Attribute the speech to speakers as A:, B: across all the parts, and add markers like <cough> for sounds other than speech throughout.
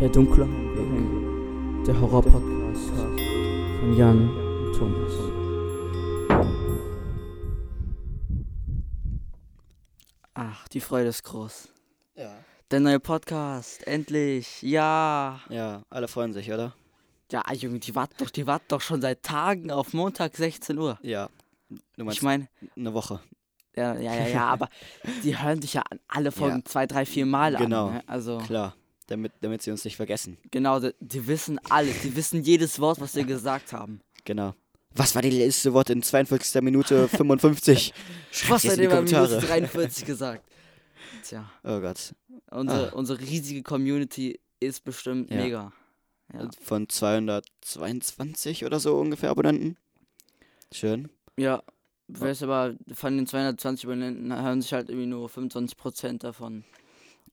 A: Der dunkle Heimweh, der Horror-Podcast von Jan und Thomas. Ach, die Freude ist groß.
B: Ja.
A: Der neue Podcast, endlich, ja.
B: Ja, alle freuen sich, oder?
A: Ja, Junge, die warten doch, die warten doch schon seit Tagen auf Montag 16 Uhr.
B: Ja. Du meinst
A: Ich meine,
B: eine Woche.
A: ja, ja, ja, ja, <laughs> aber die hören sich ja an alle Folgen zwei, drei, vier Mal
B: Genau.
A: an. Ne? Also
B: Klar. Damit, damit sie uns nicht vergessen.
A: genau, die, die wissen alles, die wissen jedes Wort, was wir gesagt haben.
B: Genau. Was war die letzte Wort in 42.
A: <laughs>
B: Minute 55?
A: Was
B: Schreibt
A: hat
B: es in die
A: immer Minute
B: Kommentare. <laughs>
A: 43 gesagt? Tja,
B: Oh Gott.
A: unsere, unsere riesige Community ist bestimmt
B: Ja.
A: mega. Ja.
B: Von 222 oder so ungefähr Abonnenten. Schön.
A: Ja, weißt aber, von den 220 Abonnenten hören sich halt irgendwie nur 25% davon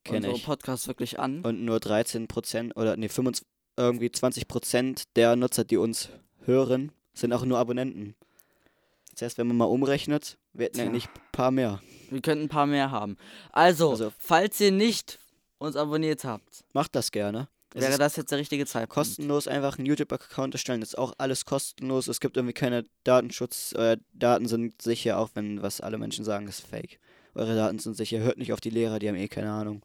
B: Kenn
A: unsere
B: ich.
A: Podcasts wirklich an.
B: Und nur 13% oder nee, 25, irgendwie 20% der Nutzer, die uns hören, sind auch nur Abonnenten. Das heißt, wenn man mal umrechnet, wir hätten
A: Tja.
B: eigentlich ein paar mehr.
A: Wir könnten ein paar mehr haben. Also,
B: Also-
A: falls ihr nicht uns abonniert habt,
B: Macht das gerne. Es
A: wäre
B: ist
A: das jetzt der richtige Zeitpunkt.
B: kostenlos einfach einen YouTube-Account erstellen. Das ist auch alles kostenlos. Es gibt irgendwie keine Datenschutz. Äh, Daten sind sicher, auch wenn was alle Menschen sagen, ist fake. Eure Daten sind sicher. Hört nicht auf die Lehrer, die haben eh keine Ahnung.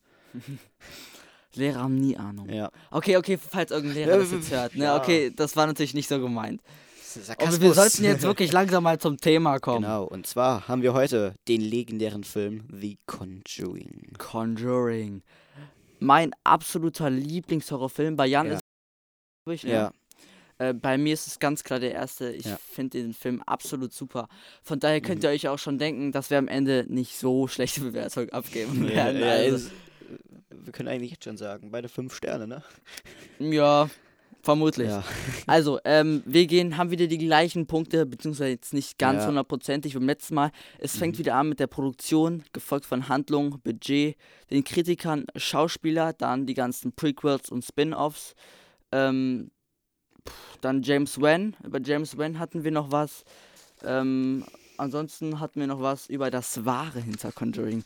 A: Lehrer haben nie Ahnung.
B: Ja.
A: Okay, okay, falls irgendein Lehrer das jetzt hört. Ne?
B: <laughs> Ja.
A: Okay, das war natürlich nicht so gemeint.
B: Sarkasmus.
A: Aber wir sollten jetzt
B: <laughs>
A: wirklich langsam mal zum Thema kommen.
B: Genau, und zwar haben wir heute den legendären Film The Conjuring.
A: Conjuring. Mein absoluter Lieblingshorrorfilm. Bei Jan
B: Ja.
A: ist es, glaub ich, ne?
B: Ja,
A: Äh, bei mir ist es ganz klar der erste. Ich
B: Ja. Mhm.
A: finde den Film absolut super. Von daher könnt ihr euch auch schon denken, dass wir am Ende nicht so schlechte Bewertung abgeben
B: <laughs> Ja,
A: werden.
B: ja,
A: also,
B: ist- wir können eigentlich jetzt schon sagen, beide fünf Sterne, ne?
A: Ja, vermutlich. Also, ähm, wir gehen, haben wieder die gleichen Punkte, beziehungsweise jetzt nicht ganz
B: Ja. Mhm.
A: hundertprozentig wie beim letzten Mal. Es fängt wieder an mit der Produktion, gefolgt von Handlung, Budget, den Kritikern, Schauspieler, dann die ganzen Prequels und Spin-Offs. Ähm, pff, dann James Wan. Über James Wan hatten wir noch was. Ähm, ansonsten hatten wir noch was über das Wahre hinter Conjuring.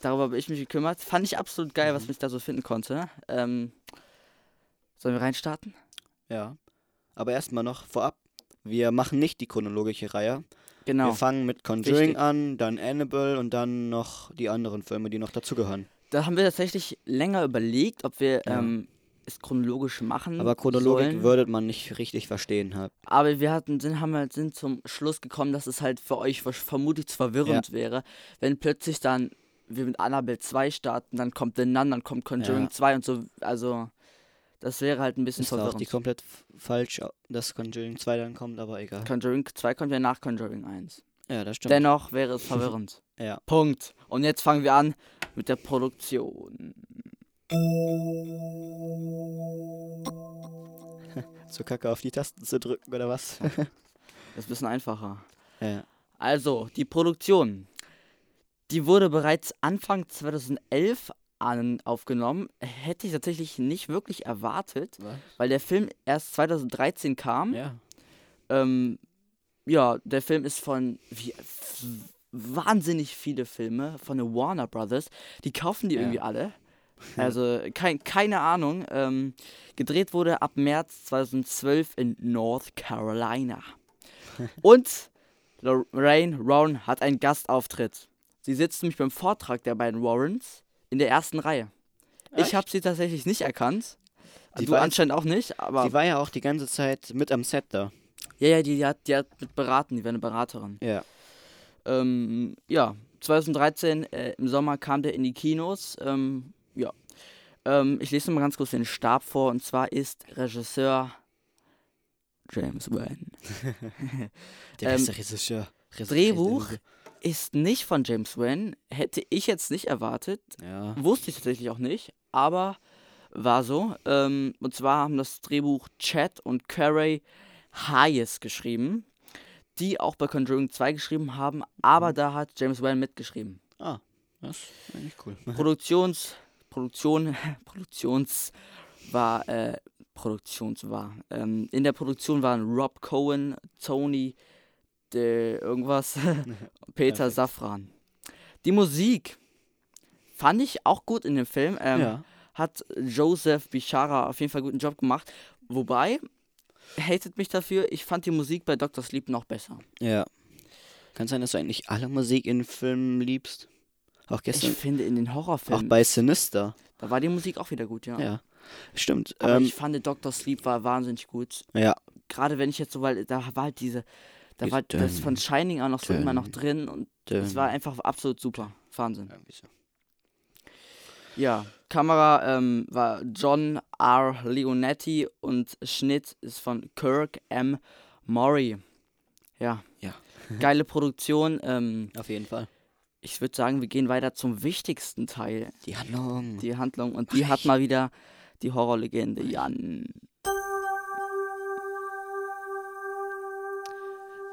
A: Darüber habe ich mich gekümmert. Fand ich absolut geil,
B: Mhm.
A: was mich da so finden konnte. Ähm, sollen wir reinstarten?
B: Ja. Aber erstmal noch vorab, wir machen nicht die chronologische Reihe.
A: Genau.
B: Wir fangen mit Conjuring
A: Richtig.
B: an, dann Annabelle und dann noch die anderen Filme, die noch dazugehören.
A: Da haben wir tatsächlich länger überlegt, ob wir
B: Ja.
A: ähm, es chronologisch machen.
B: Aber Chronologik
A: sollen.
B: würde man nicht richtig verstehen. Halt.
A: Aber wir hatten, sind, haben halt, sind zum Schluss gekommen, dass es halt für euch wahrsch- vermutlich verwirrend wäre, wenn plötzlich dann wir mit Annabelle 2 starten, dann kommt The Nun, dann kommt Conjuring
B: Ja.
A: 2 und so. Also, das wäre halt ein bisschen
B: Ist auch
A: verwirrend.
B: die komplett f- falsch, dass Conjuring 2 dann kommt, aber egal.
A: Conjuring 2 kommt ja nach Conjuring 1.
B: Ja, das stimmt.
A: Dennoch wäre
B: <laughs>
A: es verwirrend.
B: Ja.
A: Punkt. Und jetzt fangen wir an mit der Produktion.
B: so kacke auf die Tasten zu drücken oder <laughs> was?
A: Das ist ein bisschen einfacher.
B: ja.
A: Also, die Produktion. Die wurde bereits Anfang 2011 an, aufgenommen. Hätte ich tatsächlich nicht wirklich erwartet, weil der Film erst 2013 kam. Ja,
B: ja.
A: ähm, ja der Film ist von wie, f- wahnsinnig viele Filme von den Warner Brothers. Die kaufen die
B: Ja.
A: irgendwie alle.
B: <laughs>
A: Also kein, keine Ahnung. Ähm, gedreht wurde ab März 2012 in North Carolina.
B: <laughs>
A: Und Lorraine Warren hat einen Gastauftritt. Sie sitzt nämlich beim Vortrag der beiden Warrens in der ersten Reihe. Ich
B: Echt?
A: habe sie tatsächlich nicht erkannt.
B: Die
A: du
B: war-
A: anscheinend auch nicht, aber
B: Die war ja auch die ganze Zeit mit am Set da.
A: ja, ja, die, die, hat, die hat mit beraten, die war eine Beraterin.
B: Ja.
A: Ähm, ja, 2013 äh, im Sommer kam der in die Kinos. Ähm, ja. Ähm, ich lese noch mal ganz kurz den Stab vor und zwar ist Regisseur James Wan.
B: Der
A: Ähm,
B: beste Regisseur. Regisseur-
A: Drehbuch ist nicht von James Wan, hätte ich jetzt nicht erwartet,
B: Ja.
A: wusste ich tatsächlich auch nicht, aber war so. Ähm, und zwar haben das Drehbuch Chad und Carey Hayes geschrieben, die auch bei Conjuring 2 geschrieben haben, aber
B: Mhm.
A: da hat James Wan mitgeschrieben.
B: Ah, das ist eigentlich <laughs> cool.
A: Produktions, Produktion, <laughs> Produktions war, äh, Produktions war. Ähm, in der Produktion waren Rob Cohen, Tony, de
B: <laughs>
A: irgendwas, <laughs> Peter
B: Perfekt.
A: Safran. Die Musik fand ich auch gut in dem Film. Ähm,
B: ja.
A: hat Joseph Bishara auf jeden Fall guten Job gemacht. Wobei, hatet mich dafür, ich fand die Musik bei Dr. Sleep noch besser.
B: Ja. Kann sein, dass du eigentlich alle Musik in Filmen liebst. Auch
A: Ich
B: gestern.
A: finde in den
B: auch
A: Horrorfilmen,
B: bei Sinister.
A: da war die Musik auch wieder gut, ja.
B: Ja. Stimmt.
A: Aber
B: Ähm,
A: ich fand Dr. Sleep war wahnsinnig gut.
B: ja.
A: Gerade wenn ich jetzt so, weil da war halt diese, da
B: Diese
A: war halt das
B: dünn,
A: von Shining auch noch so immer noch
B: dünn,
A: drin und es
B: ähm,
A: war einfach absolut super. Wahnsinn.
B: irgendwie so.
A: Ja, Kamera ähm, war John R. Leonetti und Schnitt ist von Kirk M. Murray. Ja.
B: Ja.
A: Geile Produktion. Ähm,
B: Auf jeden Fall.
A: ich würde sagen, wir gehen weiter zum wichtigsten Teil,
B: Die Handlung.
A: die Handlung. Und die hat mal wieder die Horrorlegende Jan.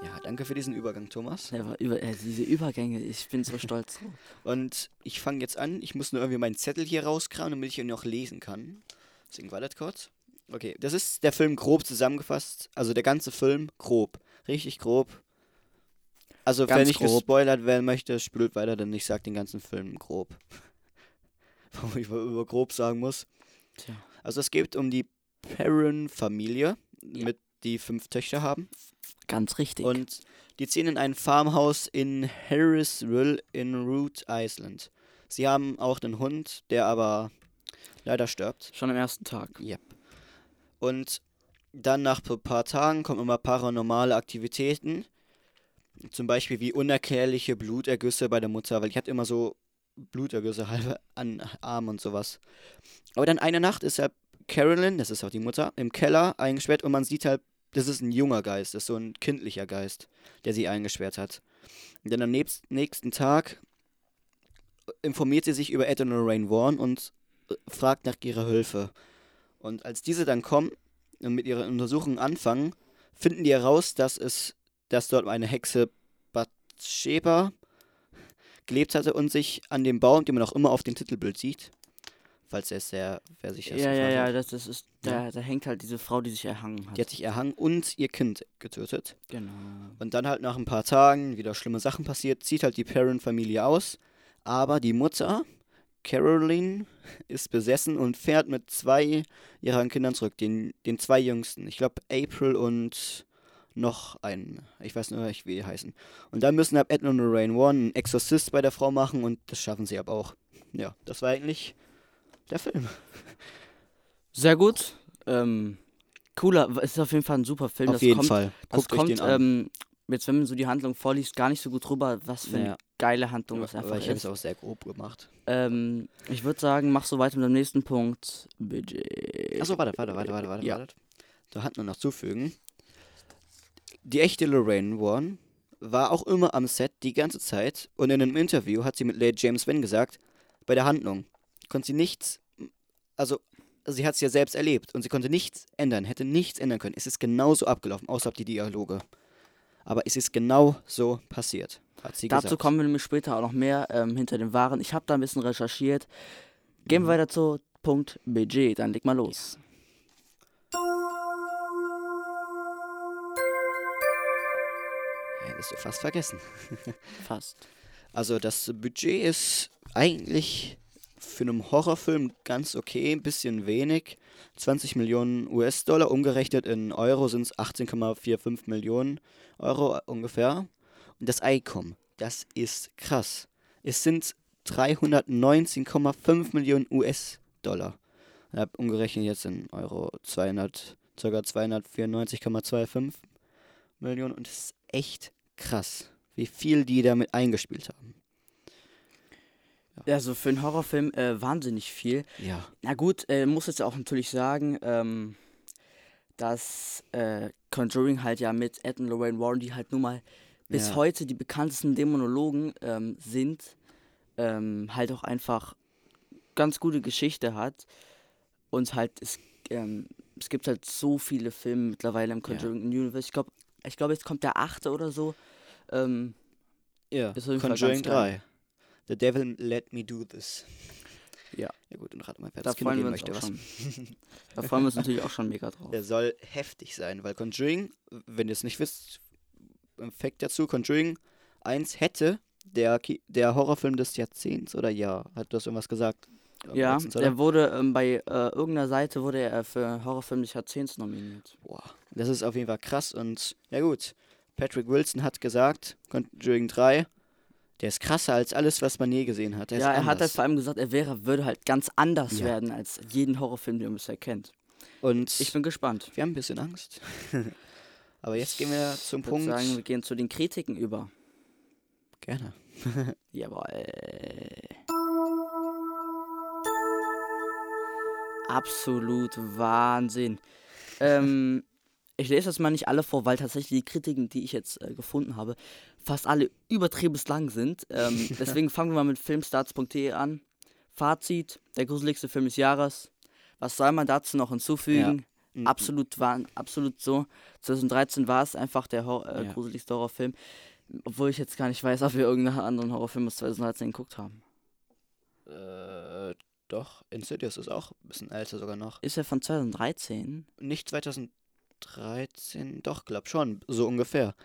B: Ja, danke für diesen Übergang, Thomas.
A: Der war Über, äh, diese Übergänge, ich bin so stolz drauf.
B: Und ich fange jetzt an. Ich muss nur irgendwie meinen Zettel hier rauskramen, damit ich ihn noch lesen kann. Deswegen war das kurz. Okay, das ist der Film grob zusammengefasst. Also der ganze Film grob. Richtig grob. Also
A: Ganz
B: wenn ich
A: grob.
B: gespoilert werden möchte, spült weiter, denn ich sag den ganzen Film grob. <laughs> Warum ich wohl über grob sagen muss.
A: Tja.
B: Also es geht um die Perrin-Familie,
A: Ja.
B: mit die fünf Töchter haben.
A: Ganz richtig.
B: Und die ziehen in ein Farmhaus in Harrisville in Root Island. Sie haben auch einen Hund, der aber leider stirbt.
A: Schon am ersten Tag.
B: Yep. Und dann nach ein paar Tagen kommen immer paranormale Aktivitäten. Zum Beispiel wie unerklärliche Blutergüsse bei der Mutter, weil ich hatte immer so Blutergüsse <laughs> halbe an Arm und sowas. Aber dann eine Nacht ist halt Carolyn, das ist auch die Mutter, im Keller eingesperrt und man sieht halt, das ist ein junger Geist, das ist so ein kindlicher Geist, der sie eingesperrt hat. Und dann am nächst- nächsten Tag informiert sie sich über Ed und Lorraine Warren und äh, fragt nach ihrer Hilfe. Und als diese dann kommen und mit ihrer Untersuchung anfangen, finden die heraus, dass es, dass dort eine Hexe Bathsheba gelebt hatte und sich an dem Baum, den man auch immer auf dem Titelbild sieht, falls er es der, wer sich das
A: Ja, ja,
B: gefragt hat,
A: ja, das ist, ist da, da hängt halt diese Frau, die sich erhangen hat.
B: die hat sich erhangen und ihr Kind getötet.
A: Genau.
B: Und dann halt nach ein paar Tagen wieder schlimme Sachen passiert, zieht halt die Perrin-Familie aus. Aber die Mutter, Caroline, ist besessen und fährt mit zwei ihrer Kindern zurück, den, den zwei jüngsten. Ich glaube April und noch einen. Ich weiß nur, nicht, wie die heißen. Und dann müssen ab Edna und Lorraine Warren einen Exorzist bei der Frau machen und das schaffen sie aber auch. Ja, das war eigentlich der Film.
A: Sehr gut. Ähm, cooler, ist auf jeden Fall ein super Film.
B: Auf
A: das
B: jeden
A: kommt,
B: Fall.
A: Das
B: Guckt euch
A: kommt,
B: den an.
A: ähm, jetzt wenn man so die Handlung vorliest, gar nicht so gut rüber, was für eine
B: Ja.
A: geile Handlung das
B: aber
A: einfach
B: ich habe es
A: ist.
B: auch sehr grob gemacht.
A: Ähm, ich würde sagen, mach so weiter mit dem nächsten Punkt. Budget.
B: Achso, warte, warte, warte, warte, warte.
A: Ja.
B: warte. Da hat man noch zufügen. Die echte Lorraine Warren war auch immer am Set die ganze Zeit und in einem Interview hat sie mit Lady James Wen gesagt, bei der Handlung konnte sie nichts, also sie hat es ja selbst erlebt und sie konnte nichts ändern, hätte nichts ändern können. Es ist genauso abgelaufen, außer die Dialoge. Aber es ist genau so passiert, hat sie
A: Dazu
B: gesagt.
A: kommen wir nämlich später auch noch mehr ähm, hinter den Waren. Ich habe da ein bisschen recherchiert. Gehen wir weiter zu Punkt Budget. Dann leg mal los.
B: Hättest du fast vergessen.
A: Fast.
B: Also das Budget ist eigentlich für einen Horrorfilm ganz okay, ein bisschen wenig. 20 Millionen US-Dollar, umgerechnet in Euro sind es 18,45 Millionen Euro ungefähr. Und das Icom, das ist krass. Es sind 319,5 Millionen US-Dollar. Ich habe umgerechnet jetzt in Euro 200, ca. 294,25 Millionen. Und das ist echt krass, wie viel die damit eingespielt haben.
A: Also für einen Horrorfilm äh, wahnsinnig viel.
B: Ja.
A: Na gut, äh, muss jetzt auch natürlich sagen, ähm, dass äh, Conjuring halt ja mit Ed und Lorraine Warren, die halt nun mal bis
B: Ja.
A: heute die bekanntesten Dämonologen ähm, sind, ähm, halt auch einfach ganz gute Geschichte hat. Und halt, es, ähm, es gibt halt so viele Filme mittlerweile im Conjuring Universe. Ich glaube, ich glaub, jetzt kommt der achte oder so. Ähm,
B: Ja,
A: Ist auf jeden Fall
B: Conjuring
A: ganz geil.
B: 3. The Devil Let Me Do This.
A: Ja.
B: Ja gut, und rate mal, wer
A: da
B: das Kind
A: freuen wir
B: geben
A: uns
B: möchte.
A: auch
B: Was?
A: schon.
B: <laughs>
A: da freuen wir uns natürlich auch schon mega drauf.
B: Der soll heftig sein, weil Conjuring, wenn ihr es nicht wisst, ein Fact dazu, Conjuring 1 hätte der, Ki- der Horrorfilm des Jahrzehnts oder ja, hat das irgendwas gesagt? glaub,
A: Ja,
B: letztens, oder?
A: er wurde ähm, bei äh, irgendeiner Seite wurde er für Horrorfilm des Jahrzehnts nominiert.
B: Boah, das ist auf jeden Fall krass und ja gut. Patrick Wilson hat gesagt, Conjuring 3, der ist krasser als alles, was man je gesehen hat. Der
A: ja,
B: ist
A: er hat halt
B: anders.
A: vor allem gesagt, er wäre, würde halt ganz anders
B: Ja.
A: werden als jeden Horrorfilm, den man bisher kennt.
B: Und
A: Ich bin gespannt.
B: wir haben ein bisschen Angst. <laughs> Aber jetzt gehen wir zum
A: Ich würde
B: Punkt.
A: sagen, wir gehen zu den Kritiken über.
B: Gerne.
A: Jawohl. Absolut Wahnsinn. Ähm, ich lese jetzt mal nicht alle vor, weil tatsächlich die Kritiken, die ich jetzt äh, gefunden habe, fast alle übertriebens lang sind. Ähm, deswegen fangen wir mal mit filmstarts.de an. Fazit, der gruseligste Film des Jahres. Was soll man dazu noch hinzufügen?
B: Mhm.
A: Absolut, war, absolut so. 2013 war es einfach der Hor äh,
B: Ja.
A: gruseligste Horrorfilm. Obwohl ich jetzt gar nicht weiß, ob wir irgendeinen anderen Horrorfilm aus 2013 geguckt haben.
B: Äh, doch, Insidious ist auch ein bisschen älter sogar noch.
A: Ist er von 2013?
B: Nicht 2013, doch, glaub schon, so ungefähr.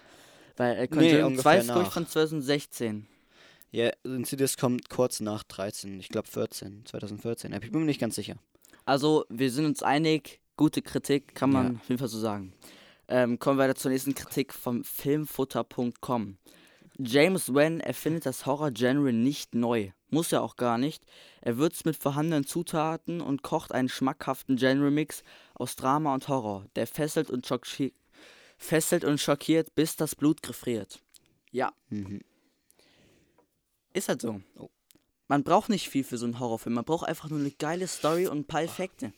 A: Weil äh,
B: Nee,
A: Conjuring 2
B: ungefähr
A: ist, glaub ich,
B: nach.
A: von 2016.
B: Ja, Insidious kommt kurz nach 13, ich glaube 14, 2014. Aber ich bin mir nicht ganz sicher.
A: Also, wir sind uns einig. Gute Kritik, kann man
B: Ja.
A: auf jeden Fall so sagen. Ähm, kommen wir weiter zur nächsten Kritik vom Filmfutter.com. James Wan erfindet das Horror-Genre nicht neu. Muss ja auch gar nicht. Er würzt mit vorhandenen Zutaten und kocht einen schmackhaften Genre-Mix aus Drama und Horror, der fesselt und, schocki fesselt und schockiert, bis das Blut gefriert. Ja,
B: Mhm.
A: Ist halt so.
B: Oh.
A: Man braucht nicht viel für so einen Horrorfilm. Man braucht einfach nur eine geile Story und ein paar Effekte.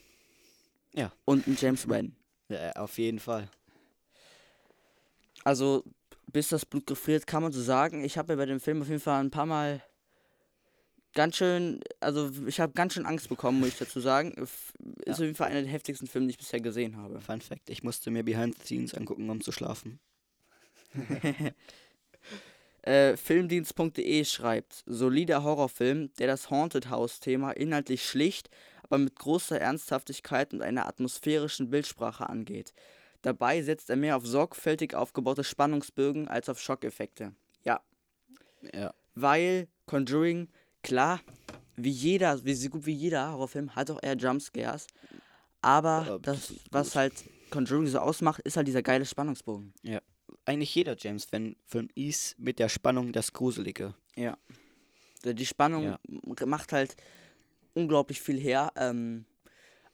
B: Ja.
A: Und einen James Wan.
B: Ja, auf jeden Fall.
A: Also, bis das Blut gefriert, kann man so sagen. Ich habe mir bei dem Film auf jeden Fall ein paar Mal ganz schön, also ich habe ganz schön Angst bekommen, muss ich dazu sagen. F- Ist auf jeden Fall einer der heftigsten Filme, die ich bisher gesehen habe.
B: Fun Fact, ich musste mir Behind the Scenes angucken, um zu schlafen.
A: Äh, Filmdienst.de schreibt, solider Horrorfilm, der das Haunted House-Thema inhaltlich schlicht, aber mit großer Ernsthaftigkeit und einer atmosphärischen Bildsprache angeht. Dabei setzt er mehr auf sorgfältig aufgebaute Spannungsbögen als auf Schockeffekte. Ja,
B: Ja.
A: weil Conjuring, klar, wie jeder, wie so gut wie jeder Horrorfilm, hat auch eher Jumpscares. Aber
B: Aber das
A: das,
B: ist
A: was halt Conjuring so ausmacht, ist halt dieser geile Spannungsbogen.
B: Eigentlich jeder James Wan-Film ist mit der Spannung das Gruselige.
A: Da- Die Spannung
B: Ja.
A: m- macht halt unglaublich viel her. Ähm,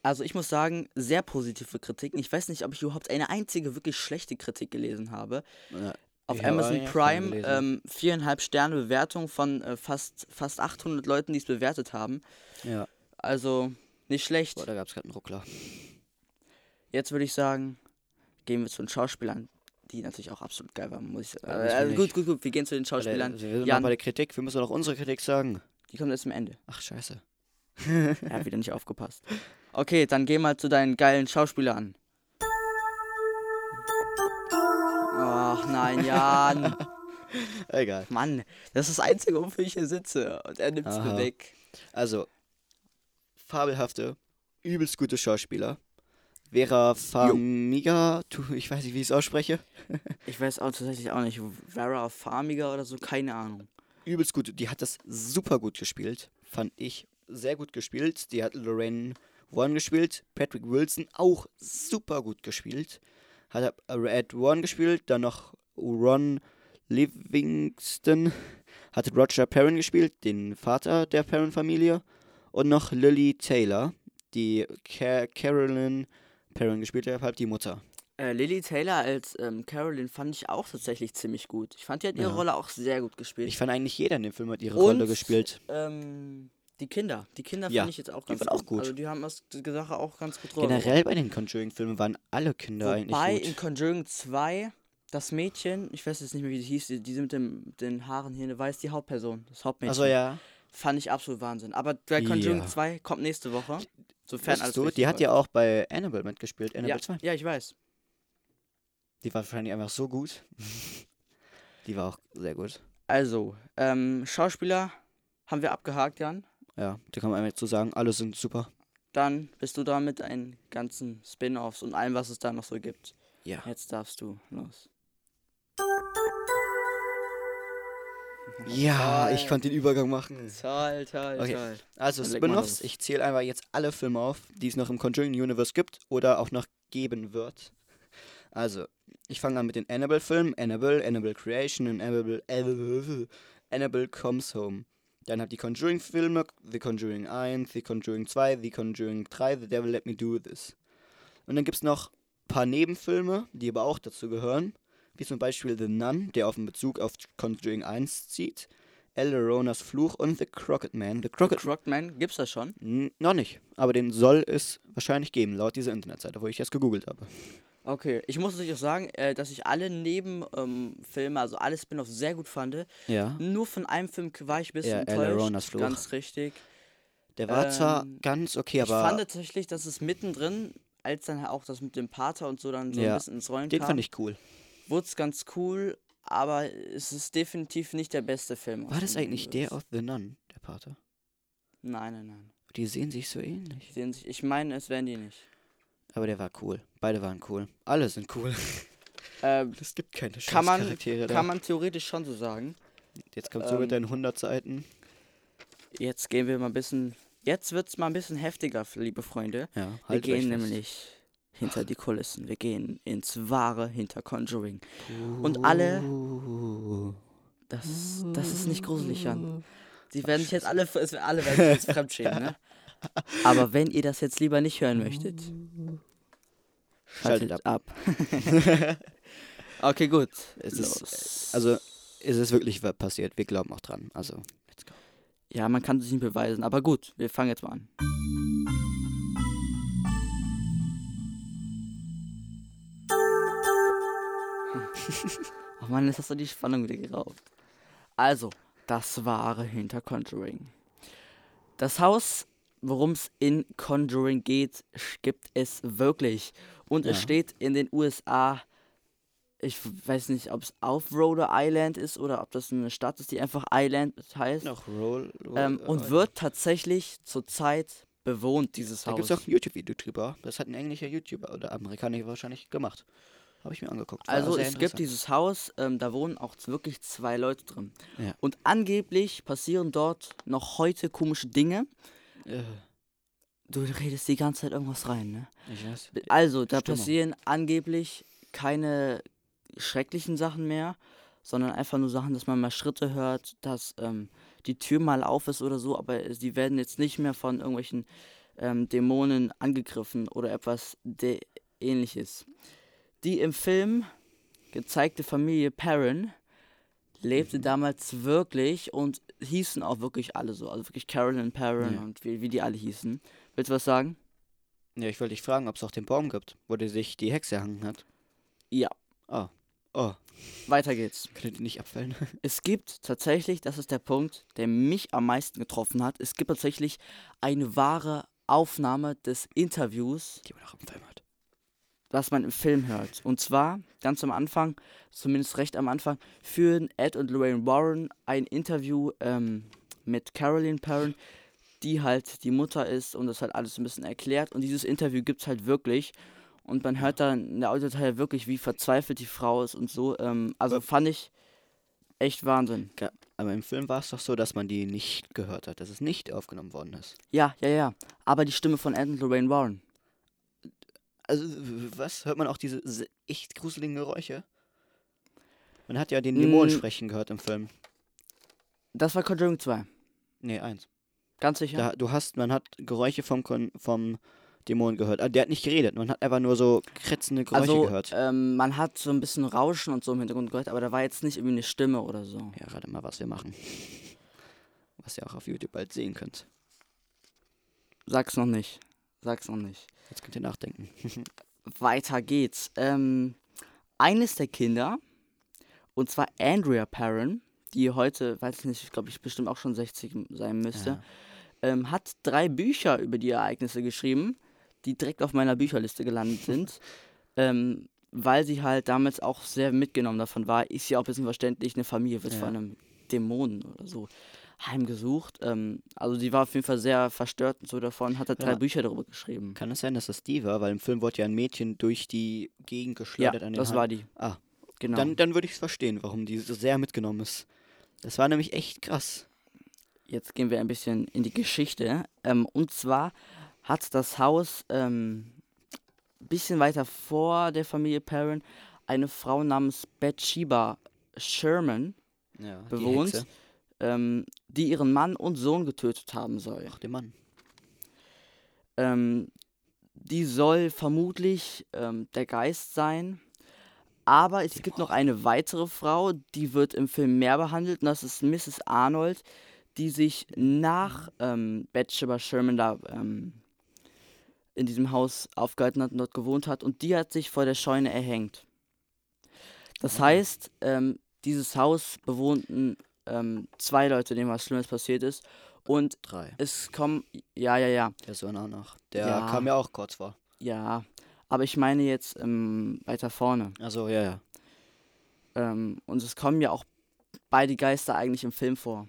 A: also ich muss sagen, sehr positive Kritiken. Ich weiß nicht, ob ich überhaupt eine einzige wirklich schlechte Kritik gelesen habe.
B: Ja.
A: Auf
B: Ja,
A: Amazon
B: ja, kann
A: Prime
B: man lesen.
A: ähm, viereinhalb Sterne Bewertung von äh, fast, fast 800 Leuten, die es bewertet haben.
B: ja.
A: Also nicht schlecht.
B: Boah, da gab es gerade einen Ruckler.
A: Jetzt würde ich sagen, gehen wir zu den Schauspielern, die natürlich auch absolut geil waren. Muss ich, äh,
B: müssen wir
A: also gut,
B: nicht.
A: gut, gut, wir gehen zu den
B: Alter,
A: Schauspielern.
B: wir sind noch
A: Jan.
B: bei der Kritik, wir müssen noch unsere Kritik sagen.
A: Die kommen jetzt am Ende.
B: Ach, scheiße.
A: Er hat wieder nicht aufgepasst. <laughs> Okay, dann geh mal zu deinen geilen Schauspieler an. Ach nein, <laughs> Jan.
B: Egal.
A: Mann, das ist das Einzige, wofür ich hier sitze. Und er nimmt's mir
B: Aha.
A: weg.
B: Also, fabelhafte, übelst gute Schauspieler. Vera Farmiga, du, ich weiß nicht, wie ich es ausspreche.
A: Ich weiß auch tatsächlich auch nicht. Vera Farmiga oder so, keine Ahnung.
B: Übelst gut, die hat das super gut gespielt, fand ich. Sehr gut gespielt. Die hat Lorraine Warren gespielt, Patrick Wilson auch super gut gespielt. Hat Red Warren gespielt, dann noch Ron Livingston, hat Roger Perrin gespielt, den Vater der Perrin-Familie. Und noch Lily Taylor, die Ca- Carolyn Perrin gespielt hat, halt die Mutter.
A: Äh, Lily Taylor als ähm, Carolyn fand ich auch tatsächlich ziemlich gut. Ich fand, die hat ihre
B: Ja.
A: Rolle auch sehr gut gespielt.
B: Ich fand eigentlich jeder in dem Film hat ihre
A: Und-
B: Rolle gespielt.
A: ähm, die Kinder. Die Kinder
B: Ja,
A: finde ich jetzt auch
B: die
A: ganz
B: waren auch gut.
A: Also die haben das, die Sache auch ganz gut drauf.
B: Generell bei den Conjuring-Filmen waren alle Kinder
A: Wobei
B: eigentlich gut.
A: in Conjuring 2 das Mädchen, ich weiß jetzt nicht mehr, wie die hieß, die, die mit dem, den Haaren hier, weiß die Hauptperson, das Hauptmädchen.
B: Also ja,
A: Fand ich absolut Wahnsinn. Aber bei Conjuring
B: Ja.
A: 2 kommt nächste Woche. Sofern alles
B: wusstest du,
A: richtig
B: die hat
A: läuft.
B: ja auch bei Annabelle mitgespielt, Annabelle
A: ja,
B: 2.
A: ja, ich weiß.
B: Die war wahrscheinlich einfach so gut. <laughs> die war auch sehr gut.
A: Also, ähm, Schauspieler haben wir abgehakt, Jan.
B: Ja, da kann man einfach zu sagen, alle sind super.
A: Dann bist du da mit deinen ganzen Spin-Offs und allem, was es da noch so gibt.
B: Ja.
A: Jetzt darfst du los.
B: Ja, ich konnte den Übergang machen.
A: Toll, toll,
B: Okay.
A: toll.
B: Also
A: Dann leg mal
B: Spin-offs,
A: los.
B: ich zähle einfach jetzt alle Filme auf, die es noch im Conjuring Universe gibt oder auch noch geben wird. Also, ich fange an mit den Annabelle-Filmen. Annabelle, Annabelle Creation und Annabelle, Annabelle, Annabelle Comes Home. Dann habe die Conjuring-Filme, The Conjuring 1, The Conjuring 2, The Conjuring 3, The Devil Let Me Do This. Und dann gibt es noch ein paar Nebenfilme, die aber auch dazu gehören. Wie zum Beispiel The Nun, der auf den Bezug auf Conjuring 1 zieht. El Ronas Fluch und The Crockett Man. The Crockett
A: Rockman, gibt's das schon?
B: N- Noch nicht, aber den soll es wahrscheinlich geben, laut dieser Internetseite, wo ich jetzt gegoogelt habe.
A: Okay, ich muss natürlich auch sagen, äh, dass ich alle Nebenfilme, ähm, Filme, also alle Spin-offs sehr gut fand.
B: Ja.
A: Nur von einem Film k- war ich ein
B: Ja,
A: bisschen
B: Ella Ronas
A: enttäuscht.
B: Fluch.
A: Ganz richtig.
B: Der war zwar
A: Ähm,
B: ganz okay,
A: ich fand
B: aber
A: tatsächlich, dass es mittendrin, als dann auch das mit dem Pater und so dann so
B: Ja,
A: ein bisschen ins Rollen
B: den
A: kam,
B: fand ich cool.
A: wurde es ganz cool, aber es ist definitiv nicht der beste Film.
B: War das eigentlich der aus The Nun, der Pater?
A: Nein, nein, nein.
B: Die sehen sich so ähnlich.
A: Die sehen sich- Ich meine, es wären die nicht.
B: Aber der war cool. Beide waren cool. Alle sind cool. <laughs>
A: Ähm,
B: Es gibt keine
A: kann, man,
B: Charaktere
A: kann man theoretisch schon so sagen.
B: Jetzt kommst du mit
A: ähm,
B: deinen 100 Seiten.
A: Jetzt gehen wir mal ein bisschen. Jetzt wird es mal ein bisschen heftiger, liebe Freunde.
B: Ja,
A: Wir
B: Halt euch
A: gehen
B: fest.
A: nämlich hinter die Kulissen. Wir gehen ins wahre hinter Conjuring. Und alle,
B: Uh,
A: das, das ist nicht gruselig, Jan. Sie werden sich jetzt alle, es, alle werden sich jetzt fremdschämen, <laughs> ne? Aber wenn ihr das jetzt lieber nicht hören möchtet,
B: Schaltet
A: schaltet ab. <laughs> okay, gut.
B: Es ist,
A: Los.
B: also, es ist wirklich was passiert. Wir glauben auch dran. Also, let's go.
A: ja, man kann sich nicht beweisen, aber gut, wir fangen jetzt mal an. <laughs> Oh Mann, jetzt hast du die Spannung wieder geraubt. Also, das wahre hinter Conjuring. Das Haus, worum es in Conjuring geht, sch- gibt es wirklich. Und es
B: Ja.
A: steht in den USA, ich weiß nicht, ob es Offroader Island ist oder ob das eine Stadt ist, die einfach Island heißt.
B: Noch Roll.
A: Ähm,
B: äh, oh,
A: und wird tatsächlich zurzeit bewohnt, dieses
B: Da
A: Haus.
B: gibt es auch ein YouTube-Video drüber. Das hat ein englischer YouTuber oder Amerikaner wahrscheinlich gemacht. Habe ich mir angeguckt. War
A: Also
B: sehr
A: es gibt
B: interessant.
A: dieses Haus, ähm, da wohnen auch wirklich zwei Leute drin.
B: Ja.
A: Und angeblich passieren dort noch heute komische Dinge. Du redest die ganze Zeit irgendwas rein, ne?
B: Äh, ich weiß.
A: Also, da
B: Stimmung.
A: passieren angeblich keine schrecklichen Sachen mehr, sondern einfach nur Sachen, dass man mal Schritte hört, dass ähm, die Tür mal auf ist oder so, aber sie werden jetzt nicht mehr von irgendwelchen ähm, Dämonen angegriffen oder etwas de ähnliches. Die im Film gezeigte Familie Perrin
B: Mhm.
A: lebte damals wirklich und hießen auch wirklich alle so, also wirklich Carolyn Perrin
B: Ja.
A: und wie, wie die alle hießen. Willst du was sagen?
B: Äh, Ja, ich wollte dich fragen, ob es auch den Baum gibt, wo die sich die Hexe erhangen hat.
A: Ja.
B: Oh. Oh,
A: Weiter geht's.
B: könnte die nicht <laughs> abfallen?
A: Es gibt tatsächlich, das ist der Punkt, der mich am meisten getroffen hat, es gibt tatsächlich eine wahre Aufnahme des Interviews,
B: Die man auch im Film hat.
A: was man im Film hört. Und zwar, ganz am Anfang, zumindest recht am Anfang, führen Ed und Lorraine Warren ein Interview ähm, mit Caroline Perrin, die halt die Mutter ist und das halt alles ein bisschen erklärt. Und dieses Interview gibt es halt wirklich. Und man hört dann in der Audiodatei wirklich, wie verzweifelt die Frau ist und so. Ähm, also fand ich echt Wahnsinn.
B: Ge- Aber im Film war es doch so, dass man die nicht gehört hat, dass es nicht aufgenommen worden ist.
A: Ja, ja, ja. Aber die Stimme von Ed und Lorraine Warren.
B: Also, w- was? Hört man auch diese se- echt gruseligen Geräusche? Man hat ja den Dämonen
A: Mm.
B: sprechen gehört im Film.
A: Das war Conjuring 2.
B: Nee, eins.
A: Ganz sicher.
B: Da, du hast, man hat Geräusche vom, Kon vom Dämon gehört. Also der hat nicht geredet, man hat einfach nur so kratzende Geräusche
A: also,
B: gehört.
A: Ähm, man hat so ein bisschen Rauschen und so im Hintergrund gehört, aber da war jetzt nicht irgendwie eine Stimme oder so.
B: ja, rate mal, was wir machen. <laughs> Was ihr auch auf YouTube bald sehen könnt.
A: Sag's noch nicht. Sag's noch nicht.
B: Jetzt könnt ihr nachdenken.
A: Weiter geht's. Ähm, eines der Kinder, und zwar Andrea Perrin, die heute, weiß ich nicht, glaube ich, bestimmt auch schon 60 sein müsste,
B: Ja.
A: ähm, hat drei Bücher über die Ereignisse geschrieben, die direkt auf meiner Bücherliste gelandet
B: <laughs>
A: sind, ähm, weil sie halt damals auch sehr mitgenommen davon war. Ist ja auch ein bisschen verständlich, eine Familie wird
B: Ja.
A: von einem Dämonen oder so heimgesucht. Ähm, also sie war auf jeden Fall sehr verstört und so davon, hat halt drei
B: Ja.
A: Bücher darüber geschrieben.
B: Kann es sein, dass das die war? Weil im Film wurde ja ein Mädchen durch die Gegend
A: Ja,
B: geschleudert an den
A: das
B: Haaren.
A: war die.
B: Ah,
A: Genau.
B: dann, dann würde ich es verstehen, warum die so sehr mitgenommen ist. Das war nämlich echt krass.
A: Jetzt gehen wir ein bisschen in die Geschichte. Ähm, und zwar hat das Haus ein ähm, bisschen weiter vor der Familie Perrin eine Frau namens Bathsheba Sherman
B: Ja, die
A: bewohnt,
B: Hexe.
A: ähm, die ihren Mann und Sohn getötet haben soll.
B: Ach, der Mann.
A: Ähm, die soll vermutlich ähm, der Geist sein. Aber es gibt noch eine weitere Frau, die wird im Film mehr behandelt. Und das ist Mrs. Arnold, die sich nach ähm, Bathsheba Sherman da ähm, in diesem Haus aufgehalten hat und dort gewohnt hat. Und die hat sich vor der Scheune erhängt. Das heißt, ähm, dieses Haus bewohnten ähm, zwei Leute, denen was Schlimmes passiert ist. Und
B: Drei.
A: es kommen, ja, ja, ja.
B: Der Sohn auch noch. Der
A: Ja.
B: kam ja auch kurz vor.
A: Ja, aber ich meine jetzt ähm, weiter vorne.
B: Also, ja, ja.
A: Ähm, und es kommen ja auch beide Geister eigentlich im Film vor.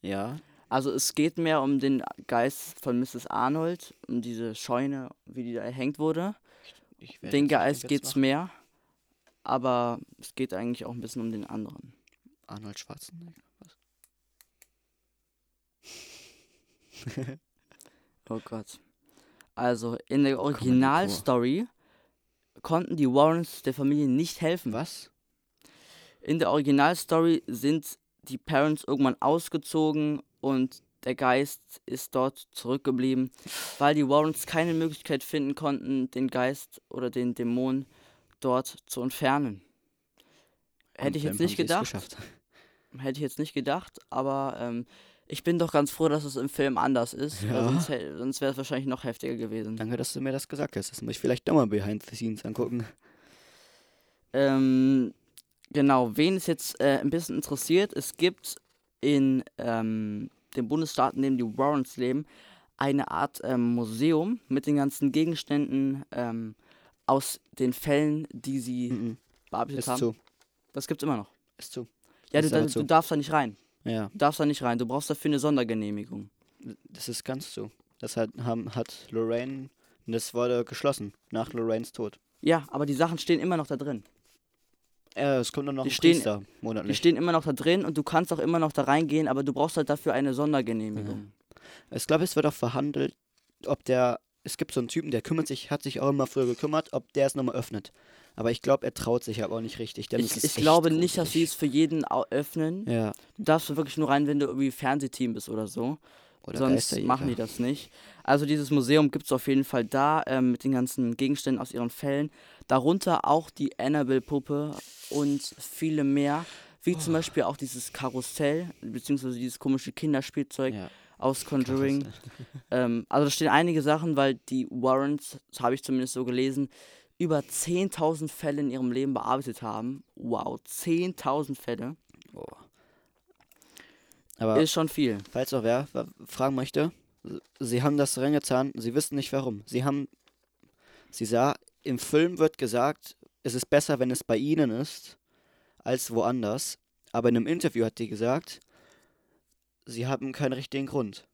B: Ja,
A: Also es geht mehr um den Geist von Mrs. Arnold, um diese Scheune, wie die da erhängt wurde.
B: ich werde
A: den
B: jetzt- ich
A: Geist
B: werde jetzt
A: geht's mehr, aber es geht eigentlich auch ein bisschen um den anderen.
B: machen. Arnold Schwarzenegger. Was?
A: Oh Gott. Also in der
B: mir vor.
A: Originalstory konnten die Warrens der Familie nicht helfen.
B: Was?
A: In der Originalstory sind die Parents irgendwann ausgezogen und der Geist ist dort zurückgeblieben, weil die Warrens keine Möglichkeit finden konnten, den Geist oder den Dämon dort zu entfernen.
B: Im
A: Hätte ich
B: Film
A: jetzt
B: haben
A: nicht
B: sie es
A: gedacht,
B: geschafft.
A: hätte ich jetzt nicht gedacht, aber ähm, ich bin doch ganz froh, dass es im Film anders ist, weil
B: Ja.
A: sonst, hä- sonst wäre es wahrscheinlich noch heftiger gewesen.
B: Danke, dass du mir das gesagt hast. Das muss ich vielleicht doch mal behind the scenes angucken.
A: Ähm, genau, wen es jetzt äh, ein bisschen interessiert, es gibt in ähm, dem Bundesstaat, in dem die Warrens leben, eine Art ähm, Museum mit den ganzen Gegenständen ähm, aus den Fällen, die sie
B: Mhm.
A: bearbeitet
B: Ist
A: haben.
B: zu.
A: Das gibt's immer noch.
B: Ist zu.
A: Ja,
B: Ist halt
A: du,
B: aber
A: du,
B: zu.
A: du darfst da nicht rein.
B: Ja,
A: Du darfst da nicht rein. Du brauchst dafür eine Sondergenehmigung.
B: das ist ganz zu. Das hat, haben, hat Lorraine. Das wurde geschlossen. Nach Lorraines Tod.
A: Ja, aber die Sachen stehen immer noch da drin.
B: Äh, es kommt dann noch
A: Die
B: ein
A: stehen-
B: Priester
A: Die
B: monatlich.
A: stehen immer noch da drin und du kannst auch immer noch da reingehen, aber du brauchst halt dafür eine
B: Mhm.
A: Sondergenehmigung.
B: Ich glaube, es wird auch verhandelt, ob der. Es gibt so einen Typen, der kümmert sich, hat sich auch immer früher gekümmert, ob der es nochmal öffnet. Aber ich glaube, er traut sich aber auch nicht richtig. Denn es
A: Ich,
B: ist
A: ich
B: echt
A: glaube nicht, dass sie
B: gruselig.
A: es für jeden au- öffnen.
B: Ja.
A: Du darfst da wirklich nur rein, wenn du irgendwie Fernsehteam bist oder so.
B: Oder
A: Sonst machen die das nicht. Also dieses Museum gibt es auf jeden Fall da, ähm, mit den ganzen Gegenständen aus ihren Fällen. Darunter auch die Annabelle-Puppe und viele mehr. Wie
B: Oh.
A: zum Beispiel auch dieses Karussell, beziehungsweise dieses komische Kinderspielzeug
B: Ja.
A: aus Conjuring.
B: <laughs> Karussell.
A: Ähm, also da stehen einige Sachen, weil die Warrens, das habe ich zumindest so gelesen, über 10.000 Fälle in ihrem Leben bearbeitet haben. Wow, 10.000 Fälle.
B: Boah. Aber
A: Ist schon viel.
B: falls auch wer wa- fragen möchte, s- sie haben das reingezahnt, sie wissen nicht warum. Sie haben. Sie sah, im Film wird gesagt, es ist besser, wenn es bei ihnen ist, als woanders. Aber in einem Interview hat die gesagt, sie haben keinen richtigen Grund.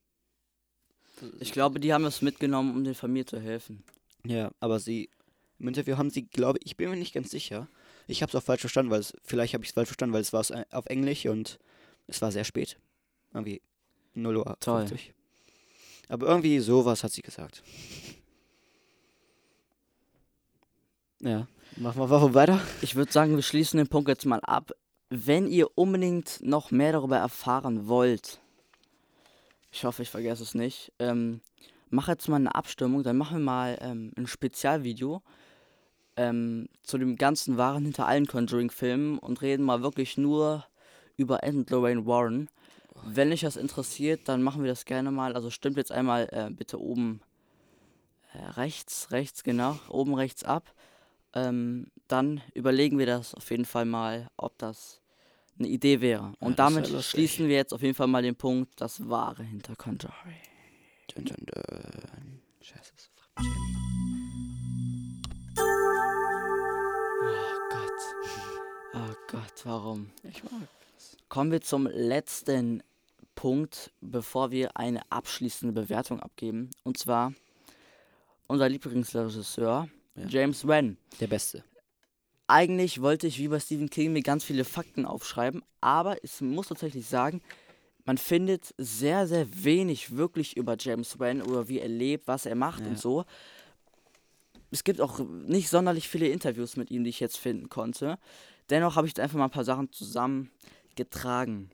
A: Ich glaube, die haben das mitgenommen, um den Familien zu helfen.
B: Ja, aber sie. Im Interview haben sie, glaube ich, bin mir nicht ganz sicher. Ich habe es auch falsch verstanden, weil es. Vielleicht habe ich es falsch verstanden, weil es war s- auf Englisch und es war sehr spät. Irgendwie 0 Uhr.
A: Toll.
B: 50. Aber irgendwie sowas hat sie gesagt. Ja, machen wir warum weiter.
A: Ich würde sagen, wir schließen den Punkt jetzt mal ab. Wenn ihr unbedingt noch mehr darüber erfahren wollt, ich hoffe, ich vergesse es nicht, ähm, mach jetzt mal eine Abstimmung, dann machen wir mal ähm, ein Spezialvideo ähm, zu dem ganzen Waren hinter allen Conjuring-Filmen und reden mal wirklich nur über Ed und Lorraine Warren. Wenn euch das interessiert, dann machen wir das gerne mal. Also stimmt jetzt einmal äh, bitte oben äh, rechts, rechts, genau, oben rechts ab. Ähm, dann überlegen wir das auf jeden Fall mal, ob das eine Idee wäre. Und
B: das wär
A: damit
B: lustig.
A: schließen wir jetzt auf jeden Fall mal den Punkt, das Wahre hinter Conjuring.
B: Dun, dun, dun. Scheiße. ist fremd.
A: Oh Gott. Oh Gott, warum?
B: Ich mag.
A: Kommen wir zum letzten Punkt, bevor wir eine abschließende Bewertung abgeben. Und zwar unser Lieblingsregisseur,
B: Ja.
A: James Wan.
B: Der Beste.
A: Eigentlich wollte ich wie bei Stephen King mir ganz viele Fakten aufschreiben, aber ich muss tatsächlich sagen, man findet sehr, sehr wenig wirklich über James Wan oder wie er lebt, was er macht und so. Es gibt auch nicht sonderlich viele Interviews mit ihm, die ich jetzt finden konnte. Dennoch habe ich da einfach mal ein paar Sachen zusammengetragen.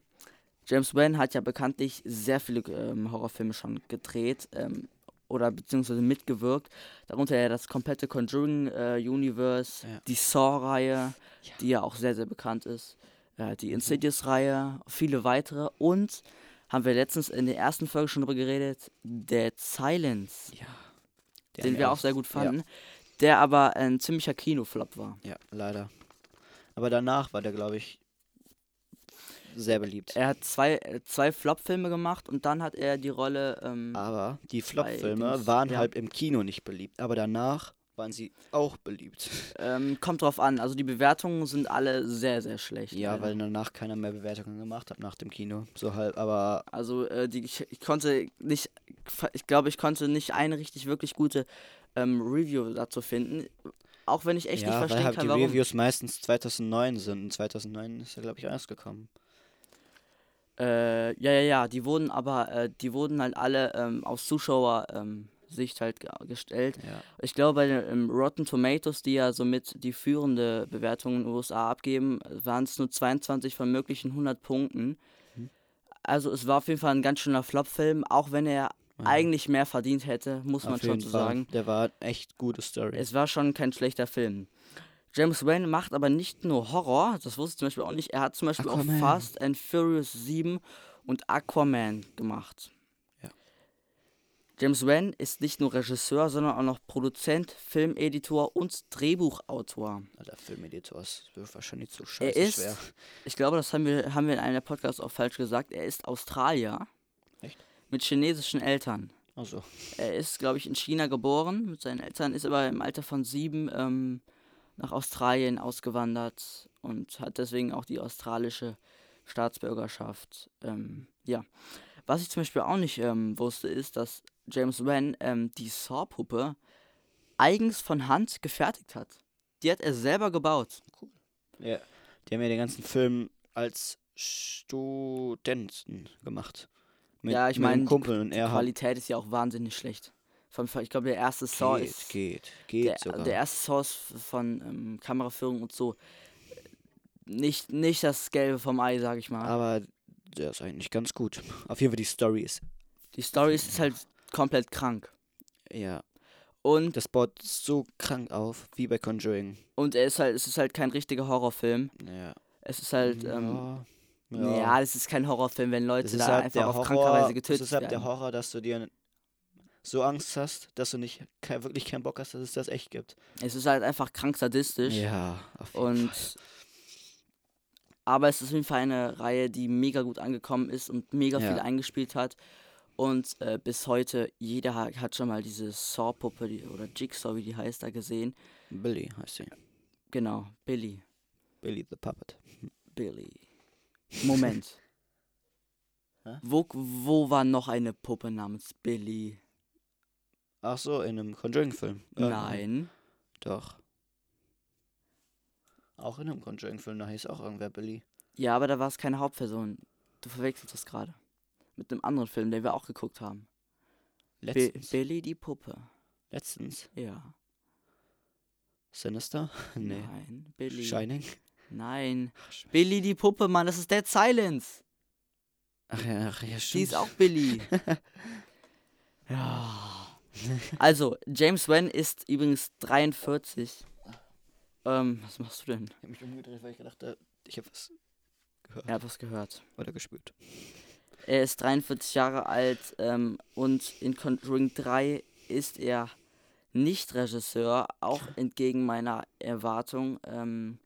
A: James Wan hat ja bekanntlich sehr viele ähm, Horrorfilme schon gedreht ähm, oder beziehungsweise mitgewirkt. Darunter ja das komplette Conjuring-Universe,
B: Ja.
A: die Saw-Reihe, die ja auch sehr, sehr bekannt ist, äh, die Insidious-Reihe, viele weitere und haben wir letztens in der ersten Folge schon drüber geredet, Dead Silence,
B: Ja.
A: den wir auch sehr gut fanden, der aber ein ziemlicher Kinoflop war.
B: Ja, leider. Aber danach war der, glaube ich, sehr beliebt.
A: Er hat zwei, äh, zwei Flop-Filme gemacht und dann hat er die Rolle ähm,
B: Aber die
A: Dings,
B: Flop-Filme waren
A: ja.
B: halt im Kino nicht beliebt. Aber danach waren sie
A: <laughs>
B: auch beliebt.
A: Ähm, kommt drauf an. Also die Bewertungen sind alle sehr, sehr schlecht.
B: Ja,
A: leider.
B: weil danach keiner mehr Bewertungen gemacht hat nach dem Kino. So halb, aber
A: Also äh, die, ich, ich konnte nicht, ich glaube, ich konnte nicht eine richtig, wirklich gute ähm, Review dazu finden. Auch wenn ich echt
B: ja,
A: nicht verstehen
B: weil halt
A: kann,
B: die
A: warum.
B: Reviews meistens 2009 sind. Und 2009 ist er, glaube ich, erst gekommen.
A: Äh, ja, ja, ja, die wurden aber, äh, die wurden halt alle ähm, aus Zuschauersicht ähm, Sicht halt ge- gestellt.
B: Ja.
A: Ich glaube, bei den, ähm, Rotten Tomatoes, die ja somit die führende Bewertung in den USA abgeben, waren es nur 22 von möglichen 100 Punkten.
B: Mhm.
A: Also es war auf jeden Fall ein ganz schöner Flop-Film, auch wenn er eigentlich mehr verdient hätte, muss man
B: Auf
A: schon
B: jeden
A: so
B: Fall.
A: sagen.
B: Der war echt gute Story.
A: Es war schon kein schlechter Film. James Wan macht aber nicht nur Horror, das wusste ich zum Beispiel auch nicht. Er hat zum Beispiel
B: Aquaman.
A: auch Fast and Furious 7 und Aquaman gemacht.
B: Ja.
A: James Wan ist nicht nur Regisseur, sondern auch noch Produzent, Filmeditor und Drehbuchautor.
B: Na, der Filmeditor ist wird wahrscheinlich zu scheiße
A: er ist,
B: schwer.
A: ich glaube, das haben wir, haben wir in einem der Podcasts auch falsch gesagt, er ist Australier
B: Echt?
A: mit chinesischen Eltern.
B: Also,
A: Er ist, glaube ich, in China geboren mit seinen Eltern, ist aber im Alter von sieben ähm, nach Australien ausgewandert und hat deswegen auch die australische Staatsbürgerschaft. Ähm, ja. Was ich zum Beispiel auch nicht ähm, wusste, ist, dass James Wan ähm, die Saw-Puppe eigens von Hand gefertigt hat. Die hat er selber gebaut.
B: ja. die haben ja den ganzen Film als Studenten gemacht. Mit,
A: Ja, ich
B: mit einem
A: meine, die
B: Kumpel und er hat.
A: Qualität ist ja auch wahnsinnig schlecht. Vom, ich glaube, der erste Saw
B: geht,
A: ist
B: geht, geht
A: der,
B: sogar.
A: der erste Source von ähm, Kameraführung und so. Nicht, nicht das Gelbe vom Ei, sag ich mal.
B: Aber der ist eigentlich ganz gut. Auf jeden Fall die Story ist.
A: Die Story ist halt komplett krank.
B: Ja.
A: Und,
B: Das baut so krank auf, wie bei Conjuring.
A: und er ist halt, es ist halt kein richtiger Horrorfilm.
B: Ja.
A: Es ist halt, ähm,
B: ja.
A: ja,
B: ja.
A: es ist kein Horrorfilm, wenn Leute
B: Das ist
A: da
B: halt
A: einfach
B: der
A: auf
B: Horror,
A: kranke Weise
B: das
A: getötet
B: ist halt
A: werden.
B: der Horror, dass du dir so Angst hast, dass du nicht kein, wirklich keinen Bock hast, dass es das echt gibt.
A: es ist halt einfach krank sadistisch.
B: Ja, auf jeden
A: Und
B: Fall.
A: aber es ist auf jeden Fall eine Reihe, die mega gut angekommen ist und mega
B: Ja.
A: viel eingespielt hat. Und äh, bis heute, jeder ha- hat schon mal diese Saw-Puppe die, oder Jigsaw, wie die heißt, da gesehen.
B: Billy heißt sie.
A: Genau, Billy.
B: Billy the Puppet.
A: Billy. Moment.
B: <laughs> Hä?
A: wo, wo war noch eine Puppe namens Billy?
B: Ach so, in einem Conjuring-Film. Äh,
A: Nein.
B: Doch. Auch in einem Conjuring-Film, da hieß auch irgendwer Billy.
A: Ja, aber da war es keine Hauptperson. Du verwechselst das gerade. Mit einem anderen Film, den wir auch geguckt haben. Bi-
B: Letztens.
A: Billy die Puppe.
B: Letztens.
A: Ja.
B: Sinister? <laughs> Nee.
A: Nein. Billy.
B: Shining?
A: Nein. Billy die Puppe, Mann, das ist Dead Silence.
B: Ach ja, ach ja, stimmt.
A: Die ist auch
B: <laughs>
A: Billy.
B: Ah.
A: ja. Also, James Wan ist übrigens 43. Ähm, was machst du denn?
B: Ich habe mich umgedreht, weil ich gedacht habe, ich habe was
A: Er hat was gehört.
B: oder gespürt.
A: Er ist 43 Jahre alt ähm, und in Conjuring 3 ist er nicht Regisseur, auch entgegen meiner Erwartung. Ähm,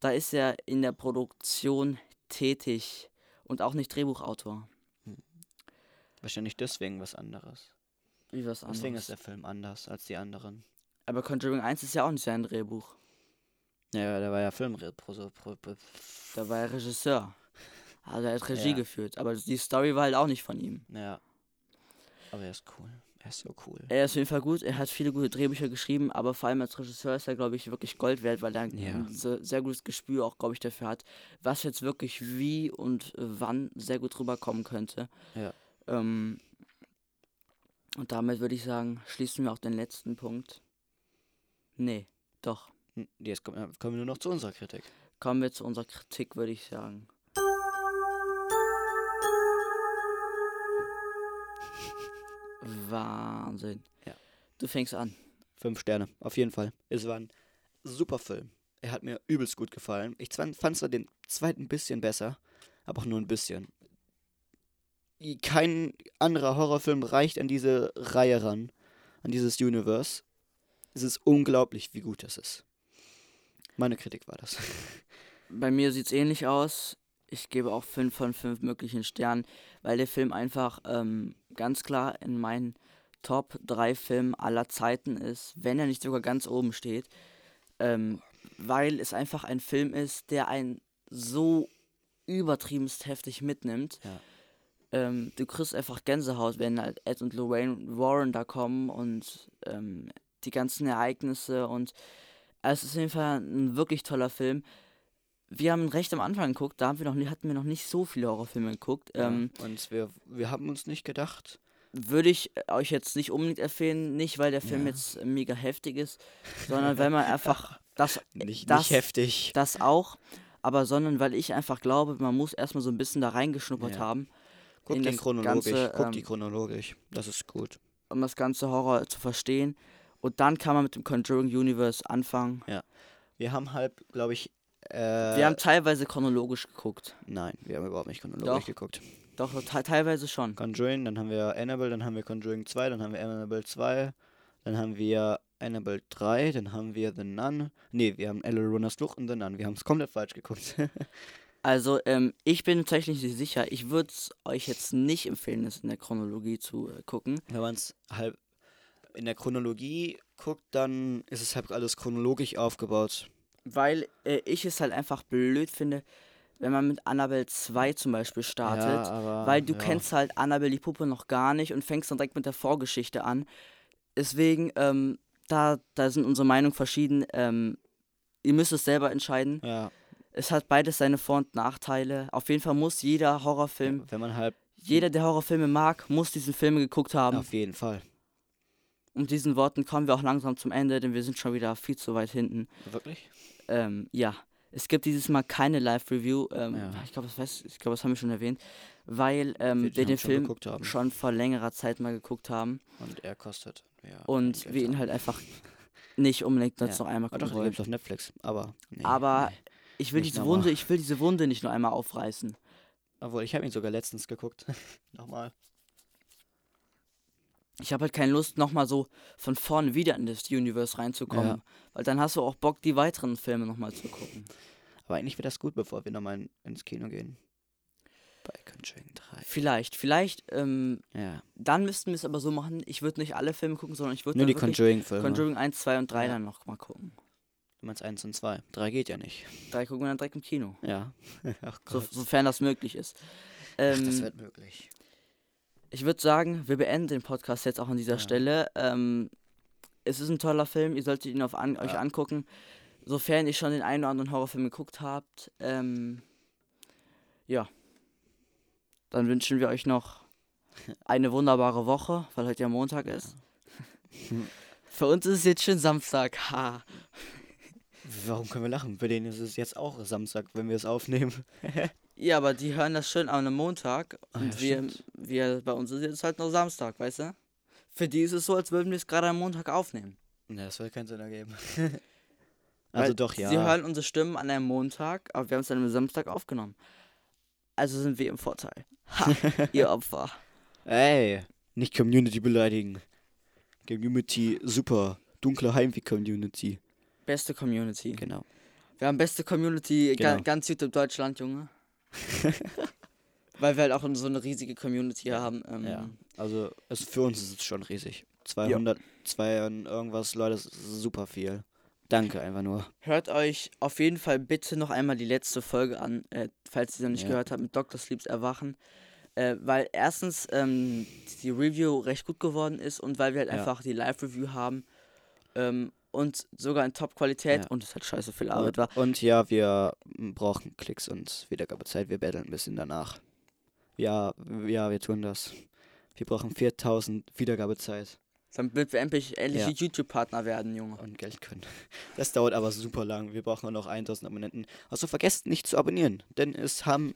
A: da ist er in der Produktion tätig und auch nicht Drehbuchautor.
B: Wahrscheinlich deswegen was anderes.
A: Wie was anderes.
B: Deswegen ist der Film anders als die anderen.
A: Aber Conjuring 1 ist ja auch nicht sein Drehbuch.
B: Ja, da war ja Filmreprodukt.
A: Da war er Regisseur. Also er hat Regie
B: Ja.
A: geführt. Aber die Story war halt auch nicht von ihm.
B: Ja. Aber er ist cool. Er ist so cool.
A: Er ist auf jeden Fall gut, er hat viele gute Drehbücher geschrieben, aber vor allem als Regisseur ist er, glaube ich, wirklich Gold wert, weil er ein
B: Ja.
A: se- sehr gutes Gespür auch, glaube ich, dafür hat, was jetzt wirklich wie und äh, wann sehr gut rüberkommen könnte.
B: Ja.
A: Ähm, und damit würde ich sagen, schließen wir auch den letzten Punkt. Nee, doch.
B: Hm, Jetzt kommen, äh, kommen wir nur noch zu unserer Kritik.
A: Kommen wir zu unserer Kritik, würde ich
B: <laughs>
A: sagen. Wahnsinn.
B: Ja.
A: Du fängst an.
B: Fünf Sterne, auf jeden Fall. Es war ein super Film. Er hat mir übelst gut gefallen. Ich fand zwar den zweiten ein bisschen besser, aber auch nur ein bisschen. I- Kein anderer Horrorfilm reicht an diese Reihe ran, an dieses Universe. Es ist unglaublich, wie gut das ist. Meine Kritik war das.
A: Bei mir sieht es ähnlich aus. Ich gebe auch 5 von 5 möglichen Sternen, weil der Film einfach ähm, ganz klar in meinen Top 3 Filmen aller Zeiten ist, wenn er nicht sogar ganz oben steht. Ähm, weil es einfach ein Film ist, der einen so übertriebenst heftig mitnimmt.
B: Ja.
A: Ähm, du kriegst einfach Gänsehaut, wenn halt Ed und Lorraine Warren da kommen und ähm, die ganzen Ereignisse und also es ist auf jeden Fall ein wirklich toller Film wir haben recht am Anfang geguckt, da haben wir noch, nie- hatten wir noch nicht so viele Horrorfilme geguckt. <laughs> Ähm,
B: Ja, und wir, wir haben uns nicht gedacht.
A: Würde ich äh, euch jetzt nicht unbedingt empfehlen, nicht weil der Film
B: Ja.
A: jetzt äh, mega heftig ist,
B: <laughs>
A: sondern weil man einfach das,
B: Nicht,
A: das,
B: nicht heftig.
A: das auch, aber sondern weil ich einfach glaube, man muss erstmal so ein bisschen da reingeschnuppert
B: Ja.
A: haben,
B: Guck
A: in
B: den
A: das
B: chronologisch.
A: ganze,
B: Guck die
A: ähm,
B: chronologisch. Das ist gut.
A: um das ganze Horror zu verstehen. Und dann kann man mit dem Conjuring Universe anfangen.
B: Wir haben halt, glaube ich. Äh,
A: wir haben teilweise chronologisch geguckt.
B: Nein, wir haben überhaupt nicht chronologisch
A: Doch.
B: geguckt.
A: Doch, te teilweise schon.
B: Conjuring, dann haben wir Annabelle, dann haben wir Conjuring 2, dann haben wir Annabelle 2, dann haben wir Annabelle 3, dann haben wir The Nun. Nee, wir haben Ella Runners Flucht und The Nun. Wir haben es komplett falsch geguckt. <laughs>
A: Also, ähm, ich bin tatsächlich nicht sicher. Ich würde es euch jetzt nicht empfehlen, es in der Chronologie zu äh, gucken.
B: Wenn man es halb in der Chronologie guckt, dann ist es halt alles chronologisch aufgebaut.
A: Weil äh, ich es halt einfach blöd finde, wenn man mit Annabelle 2 zum Beispiel startet.
B: aber,
A: weil du
B: ja.
A: kennst halt Annabelle die Puppe noch gar nicht und fängst dann direkt mit der Vorgeschichte an. Deswegen, ähm, da, da sind unsere Meinungen verschieden. Ähm, ihr müsst es selber entscheiden.
B: Ja,
A: Es hat beides seine Vor- und Nachteile. Auf jeden Fall muss jeder Horrorfilm,
B: wenn man halt.
A: jeder, der Horrorfilme mag, muss diesen Film geguckt haben.
B: Auf jeden Fall.
A: Und diesen Worten kommen wir auch langsam zum Ende, denn wir sind schon wieder viel zu weit hinten.
B: Wirklich?
A: Ähm, ja, es gibt dieses Mal keine Live-Review. Ähm,
B: Ja.
A: Ich glaube, das, weiß- ich glaub, das haben wir schon erwähnt, weil ähm, wir
B: haben
A: den
B: schon
A: Film
B: geguckt haben.
A: schon vor längerer Zeit mal geguckt haben
B: Und er kostet. Oh Ja,
A: und
B: kein
A: wir
B: Geld.
A: ihn halt einfach nicht unbedingt jetzt
B: Ja.
A: noch einmal
B: Ah,
A: gucken
B: doch, den
A: wollen.
B: gibt's auf Netflix. Aber. nee,
A: Aber
B: nee.
A: ich will
B: Nicht
A: diese
B: nochmal.
A: Wunde, ich will diese Wunde nicht nur einmal aufreißen.
B: Obwohl, ich habe ihn sogar letztens geguckt. <laughs> Nochmal.
A: Ich habe halt keine Lust, nochmal so von vorne wieder in das Universe reinzukommen.
B: Ja.
A: Weil dann hast du auch Bock, die weiteren Filme nochmal zu gucken.
B: Aber eigentlich wäre das gut, bevor wir nochmal in, ins Kino gehen. Bei Conjuring 3.
A: Vielleicht, vielleicht ähm,
B: Ja.
A: Dann müssten wir es aber so machen, ich würde nicht alle Filme gucken, sondern ich würde
B: Nur die
A: Conjuring,
B: Conjuring-Filme. Conjuring.
A: Conjuring 1, 2 und 3
B: Äh, ne? Ja.
A: dann noch mal gucken.
B: Du meinst 1 und 2. 3 geht ja nicht.
A: Drei gucken wir dann direkt im Kino.
B: Ja. <laughs> Ach
A: So,
B: Gott.
A: sofern das möglich ist.
B: Ach, das
A: Ähm,
B: wird möglich.
A: ich würde sagen, wir beenden den Podcast jetzt auch an dieser
B: Ja.
A: Stelle. Ähm, es ist ein toller Film, ihr solltet ihn auf an, euch
B: Ja.
A: angucken. Sofern ihr schon den einen oder anderen Horrorfilm geguckt habt. Ähm, ja. Dann wünschen wir euch noch eine wunderbare Woche, weil heute ja Montag
B: <laughs>
A: ist. Für uns ist es jetzt schon Samstag. Ha.
B: Warum können wir lachen? Für den ist es jetzt auch Samstag, wenn wir es aufnehmen.
A: Ja, aber die hören das schön am Montag
B: Ah,
A: und
B: ja,
A: wir,
B: stimmt.
A: wir, bei uns ist jetzt halt noch Samstag, weißt du? Für die ist es so, als würden wir es gerade am Montag aufnehmen.
B: <laughs> Na, das wird keinen Sinn ergeben.
A: Weil
B: <laughs> also doch, ja.
A: Sie hören unsere Stimmen an einem Montag, aber wir haben es dann am Samstag aufgenommen. Also sind wir im Vorteil.
B: <laughs>
A: Ha, ihr Opfer.
B: Ey, nicht Community beleidigen. Community super. Dunkle Heimweh-Community.
A: Beste Community.
B: Genau.
A: Wir haben beste Community ga-
B: Genau.
A: ganz YouTube Deutschland,
B: <laughs>
A: Junge. Weil wir halt auch so eine riesige Community haben. Ähm,
B: Ja, also es, für uns ist es schon riesig. 200, 2 und irgendwas, Leute, das ist super viel. Danke einfach nur.
A: Hört euch auf jeden Fall bitte noch einmal die letzte Folge an, äh, falls ihr sie noch nicht
B: Ja.
A: gehört habt, mit Dr. Sleeps Erwachen. Äh, weil erstens ähm, die Review recht gut geworden ist und weil wir halt
B: Ja.
A: einfach die Live-Review haben ähm, und sogar in Top-Qualität
B: Ja.
A: und es halt scheiße viel Arbeit war.
B: Und ja, wir brauchen Klicks und Wiedergabezeit. Wir battlen ein bisschen danach. Ja, ja, wir tun das. Wir brauchen 4000 Wiedergabezeit
A: Damit wir endlich, endlich
B: Ja.
A: YouTube-Partner werden, Junge.
B: und Geld können. <laughs> Das dauert aber super lang. Wir brauchen noch 1000 Abonnenten. Also vergesst nicht zu abonnieren, denn es haben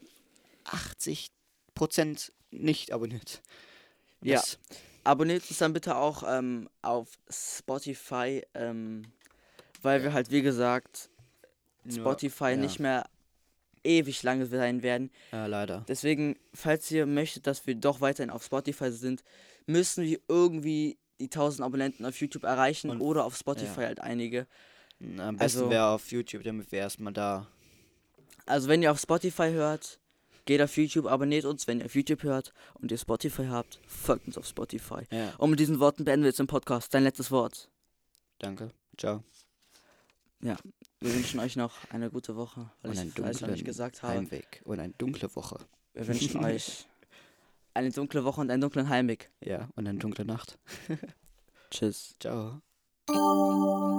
B: 80% nicht abonniert.
A: Ja.
B: Das-
A: Abonniert uns dann bitte auch ähm, auf Spotify, ähm, weil wir halt, wie gesagt, Spotify
B: ja.
A: nicht mehr ewig lange sein werden.
B: Ja, leider.
A: Deswegen, falls ihr möchtet, dass wir doch weiterhin auf Spotify sind, müssen wir irgendwie die 1000 Abonnenten auf YouTube erreichen
B: Und-
A: oder auf Spotify halt einige.
B: Am besten
A: Also-
B: wäre auf YouTube, damit wir erstmal da.
A: Also wenn ihr auf Spotify hört, geht auf YouTube, abonniert uns, wenn ihr auf YouTube hört und ihr Spotify habt, folgt uns auf Spotify.
B: Ja.
A: Und mit diesen Worten beenden wir jetzt den Podcast. Dein letztes Wort.
B: Danke. Ciao.
A: Wir wünschen euch noch eine gute Woche, weil ich
B: einen
A: es vielleicht noch nicht
B: dunklen
A: gesagt habe.
B: Heimweg und eine dunkle Woche.
A: Wir
B: <laughs>
A: wünschen euch eine dunkle Woche und einen dunklen Heimweg.
B: Ja, und eine dunkle Nacht.
A: Tschüss.
B: Ciao.